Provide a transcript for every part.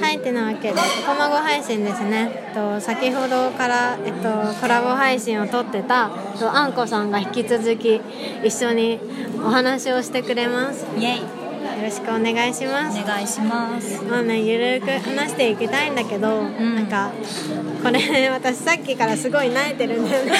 はい、てなわけで、コマゴ配信ですね。えっと、先ほどから、えっと、コラボ配信を撮ってた、えっと、あんこさんが引き続き、一緒にお話をしてくれます。よイエイろしくお願いします。お願いしますまあね、ゆるく話していきたいんだけど、んなんか、これ、私さっきからすごい泣いてるんだよね。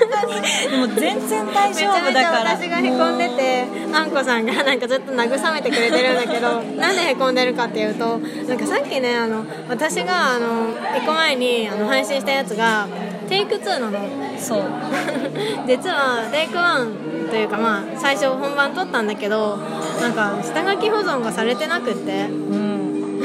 本当にでも全然大め丈ちゃ夫めちだゃから私がへこんでてあんこさんがなんかずっと慰めてくれてるんだけ どなんでへこんでるかっていうとなんかさっきねあの私があの1個前にあの配信したやつがテイク2なの そう実はテイク1というかまあ最初本番撮ったんだけどなんか下書き保存がされてなく ってうん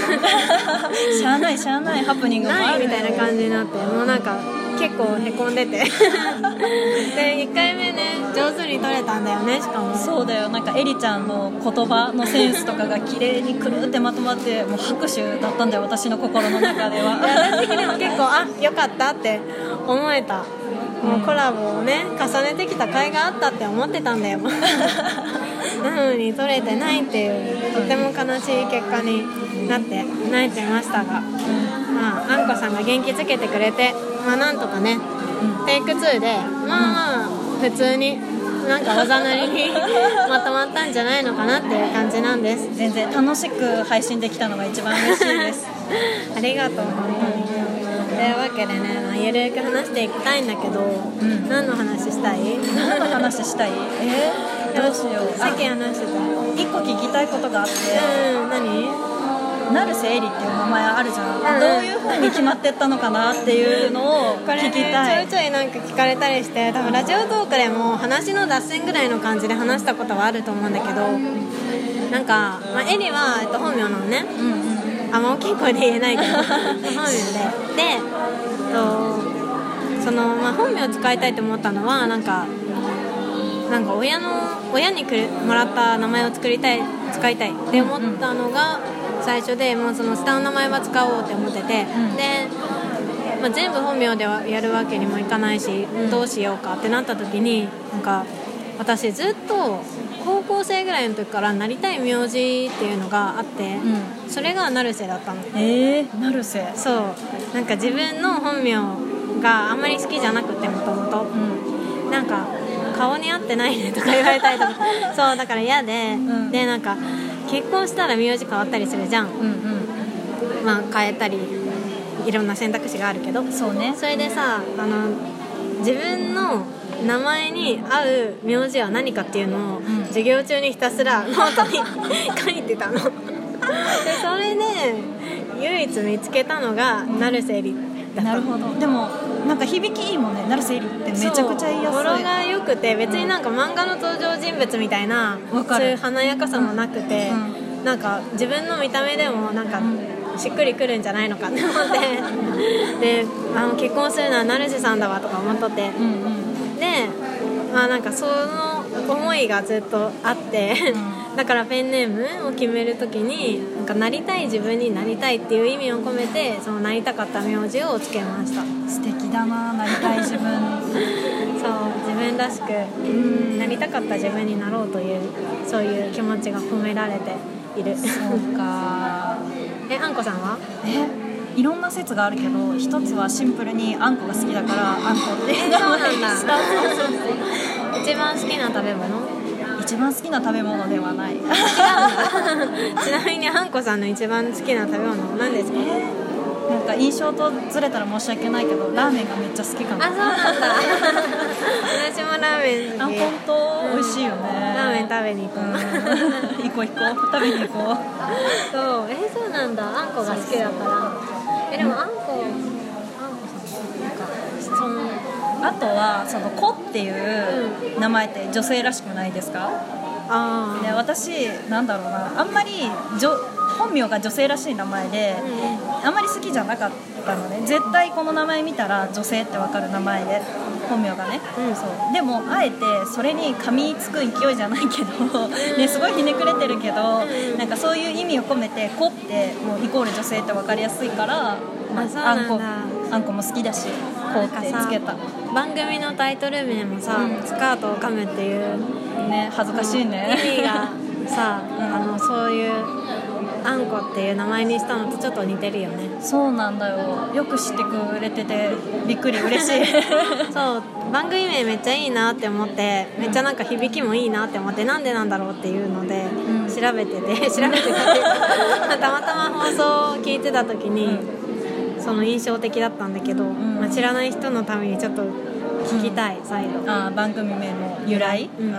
しゃあないしゃあないハプニングもあないるみたいな感じになってもうなんか結構へこんで てで1回目ね上手に撮れたんだよねしかもそうだよなんかエリちゃんの言葉のセンスとかが綺麗にくるってまとまってもう拍手だったんだよ私の心の中でいや 私は的にも結構あよかったって思えたもうコラボをね重ねてきた甲斐があったって思ってたんだよなのに取れてないっていうとても悲しい結果になって泣いてましたが、まあ、あんこさんが元気づけてくれてまあなんとかねテイク2でまあまあ普通になんかおざなりに まとまったんじゃないのかなっていう感じなんです全然楽しく配信できたのが一番嬉しいですありがとう本当に。というわけでね、まあ、ゆるく話していきたいんだけど、ん何の話したい何の話したいえー、どうしようさあっき話してたう一個聞きたいことがあってん何成瀬えりっていう名前あるじゃん、うんどういう風に決まってったのかなっていうのをこれ、聞ね、きたい、ちょいちょいなんか聞かれたりして多分ラジオトークでも話の脱線ぐらいの感じで話したことはあると思うんだけどなんか、まあ、エリは、えっと、本名なのねうんうんあんま大きい声で言えないけど本名でで、えっと、その、まあ、本名を使いたいと思ったのはなんかなんか親の親にくれもらった名前を作りたい使いたいって思ったのが最初でもうその下の名前は使おうって思ってて、うんで、まあ、全部本名ではやるわけにもいかないし、んどうしようかってなった時になんか私ずっと高校生ぐらいの時からなりたい名字っていうのがあって、うそれが成瀬だったのえー、成瀬そうなんか自分の本名があんまり好きじゃなくてもともとうんなんか顔に合ってないねとか言われたりとかそうだから嫌で、んでなんか結婚したら名字変わったりするじゃんうんうんまあ変えたりいろんな選択肢があるけどそうねそれでさあの自分の名前に合う名字は何かっていうのを、ん授業中にひたすらノートに 書いてたのでそれで唯一見つけたのが成瀬えりだったなるほどでもなんか響きいいもんね成瀬えりってめちゃくちゃ言いやそう語呂すが良くて別になんか漫画の登場人物みたいなわかるそういう華やかさもなくて、うなんか自分の見た目でもなんかうんしっくりくるんじゃないのかって思って であの結婚するのは成瀬さんだわとか思っとって、いうんうんでまあなんかその思いがずっとあって、うだからペンネームを決めるときになんかなりたい自分になりたいっていう意味を込めてそのなりたかった名字をつけました素敵だななりたい自分そう自分らしくなりたかった自分になろうというそういう気持ちが込められているそうかえあんこさんはえいろんな説があるけど一つはシンプルにあんこが好きだからあんこっていう名前にした 一番好きな食べ物 一番好きな食べ物で はなちいなみにあんこさんの一番好きな食べ物は何ですかなんか印象とずれたら申し訳ないけどラーメンがめっちゃ好きかもあそうなんだ私もラーメンあ好き本当、うん美味しいよねラーメン食べに行く、うん行こう行こう食べに行こうそうえそうなんだあんこが好きだからえでもあんこあんこさんなんかそのあとはその子っていう名前って女性らしくないですか、あで私なんだろうなあんまり女本名が女性らしい名前で、あんまり好きじゃなかったのね絶対この名前見たら女性ってわかる名前で本名がね、うんそうでもあえてそれに噛みつく勢いじゃないけど、ね、すごいひねくれてるけど、うんなんかそういう意味を込めて「子」ってもうイコール女性ってわかりやすいからあそうなんだこあんこも好きだし「子」ってつけた番組のタイトル名もさ、うんスカートを噛むっていうね恥ずかしいね意味がさ、んあのそういうあんこっていう名前にしたのとちょっと似てるよねそうなんだよよく知ってくれててびっくり嬉 しいそう番組名めっちゃいいなって思ってめっちゃなんか響きもいいなって思ってなんでなんだろうっていうので、ん調べて て調べててたまたま放送を聞いてた時に、その印象的だったんだけど、んまあ、知らない人のためにちょっと聞きたい、再度あー番組名の由来、うん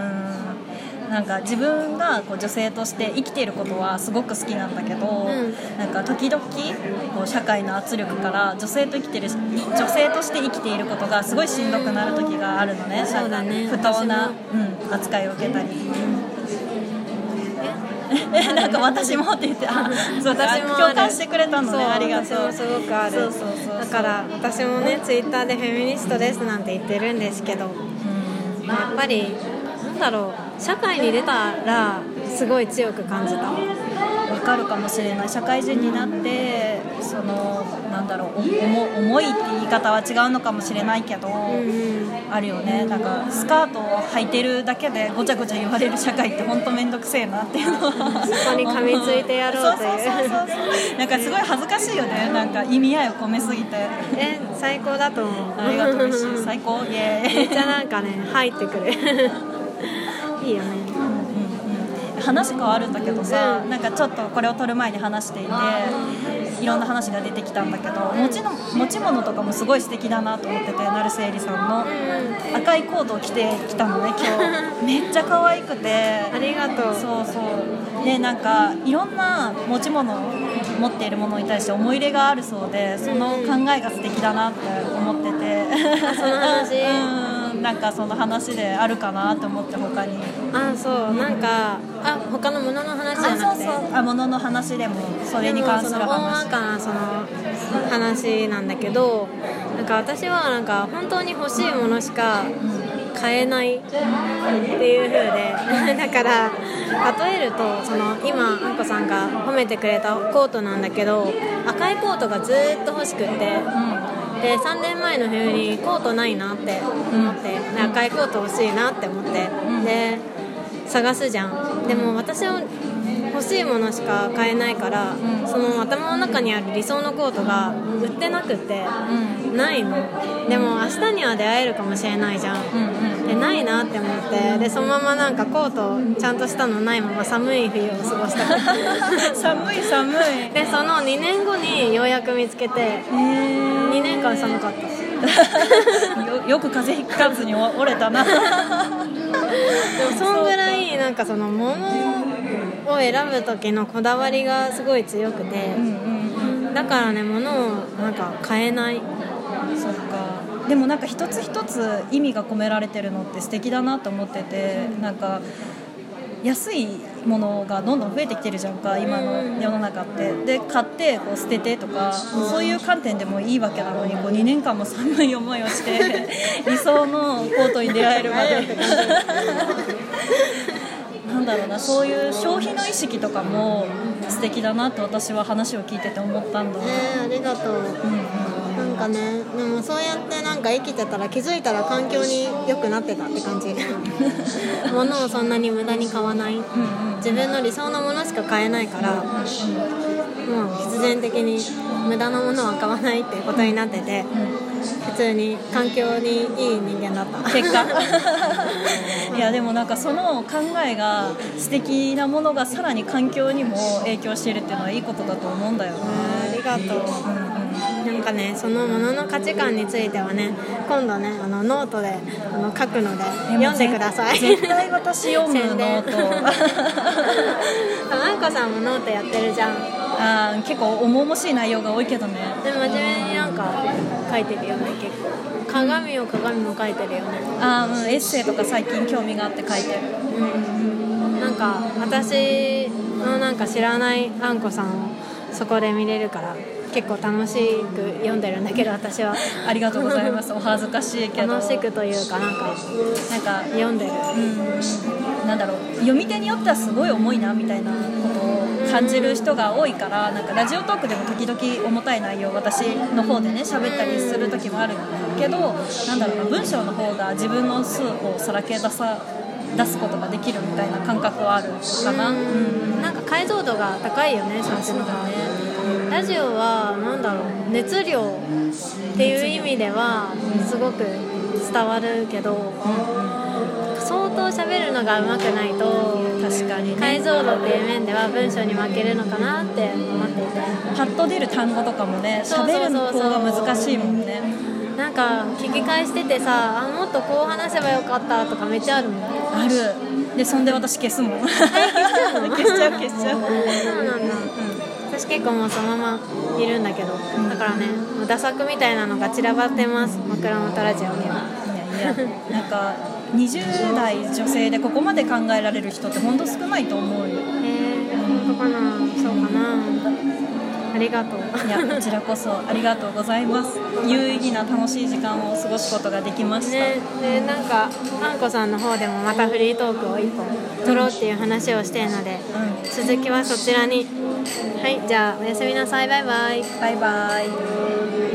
なんか自分がこう女性として生きていることはすごく好きなんだけど、んなんか時々こう社会の圧力から女性と生きてる女性として生きていることがすごいしんどくなる時があるのねそうだねなんか不当私、なうん、扱いを受けたり。え なんか私もって言ってあそうか私もある共感してくれたのそうねありがとう私もすごくあるそうそうそうそうだから私もねツイッターで「フェミニストです」なんて言ってるんですけどうんまあやっぱりなんだろう社会に出たらすごい強く感じたわかるかもしれない社会人になってそのなんだろうお重重いって言い方は違うのかもしれないけど、うんあるよねなんかスカートを履いてるだけでごちゃごちゃ言われる社会って本当面倒くせえなっていうのはそこに噛みついてやろうというそうそうそうそうなんかすごい恥ずかしいよねなんか意味合いを込めす ぎてえ最高だと思うありがとう嬉しい最高イエー イめっちゃなんかね入って くるいいよね話変わるんだけどさ、うんなんかちょっとこれを撮る前に話していていろんな話が出てきたんだけど持ちの持ち物とかもすごい素敵だなと思ってて成瀬えりさんのう赤いコートを着てきたのね 今日めっちゃ可愛くてんありがとうそうそうでなんかいろんな持ち物持っているものに対して思い入れがあるそうでその考えが素敵だなって思っててその話 うんなんかその話であるかなと思って他にあそうなんかあ他のものの話じゃなくてあそうそうあ物の話でもそれに関するでもその大話まかなその話なんだけどなんか私はなんか本当に欲しいものしか買えないっていう風で だから例えるとその今あんこさんが褒めてくれたコートなんだけど赤いコートがずーっと欲しくってで3年前の冬にコートないなって思って、で赤いコート欲しいなって思って、うんで探すじゃんでも私は欲しいものしか買えないから、うんその頭の中にある理想のコートが売ってなくてないのでも明日には出会えるかもしれないじゃんうんうんうんでないなって思ってでそのままなんかコートちゃんとしたのないまま寒い冬を過ごした 寒い寒いへでその2年後にようやく見つけてえ2年間寒かったよよく風邪ひかずにお折れたなでもそんぐらいなんかその桃を選ぶ時のこだわりがすごい強くてうんうんうんだからね物をなんか買えないそっかでもなんか一つ一つ意味が込められてるのって素敵だなと思っててなんか安いものがどんどん増えてきてるじゃんか今の世の中ってで買ってこう捨ててとかそういう観点でもいいわけなのにこう2年間も寒い思いをして 理想のコートに出会えるまで なんだろうなそういう消費の意識とかも素敵だなと私は話を聞いてて思ったんだ、ありがとうなんかねでもそうやってなんか生きてたら気づいたら環境に良くなってたって 感じ物をそんなに無駄に買わないうんうん自分の理想のものしか買えないからもう必然的に無駄なものは買わないってことになっててうん普通に環境にいい人間だった結 果いやでもなんかその考えが素敵なものがさらに環境にも影響しているっていうのはいいことだと思うんだよねありがとううんうんなんかねそのものの価値観についてはね今度ねあのノートであの書くので読んでください絶対私読むの宣と伝 あんこさんもノートやってるじゃんあー結構重々しい内容が多いけどねでも真面目になんか書いてるよね結構鏡を鏡も書いてるよねあー、うん、エッセイとか最近興味があって書いてるなんか私のなんか知らないあんこさんをそこで見れるから結構楽しく読んでるんだけど私はありがとうございますお恥ずかしいけど楽しくというかなんかなんか読んでるうんなんだろう読み手によってはすごい重いなみたいなことを感じる人が多いからなんかラジオトークでも時々重たい内容私の方でね喋ったりする時もあるけどなんだろうな文章の方が自分の数をさらけ出さ出すことができるみたいな感覚はあるかな、ううんんなんか解像度が高いよねそっちの方がねラジオはなんだろう熱量っていう意味ではすごく伝わるけど相当喋るのが上手くないと確かにね解像度っていう面では文章に負けるのかなって思っていてパッと出る単語とかもねそうそうそう喋るそう方が難しいもんねなんか聞き返しててさあもっとこう話せばよかったとかめっちゃあるもんあるでそんで私消すもん消しちゃう 消しちゃうそうなんだ私結構もうそのままいるんだけどだからねもうダサくみたいなのが散らばってます枕元ラジオにはいやいやなんか20代女性でここまで考えられる人って本当少ないと思うよえー、本当かなそうかなありがとういやこちらこそありがとうございます有意義な楽しい時間を過ごすことができました、ねでなんかあんこさんの方でもまたフリートークを1本取ろうっていう話をしてるのでう続きはそちらにはいじゃあおやすみなさいバイバイん、バイバイ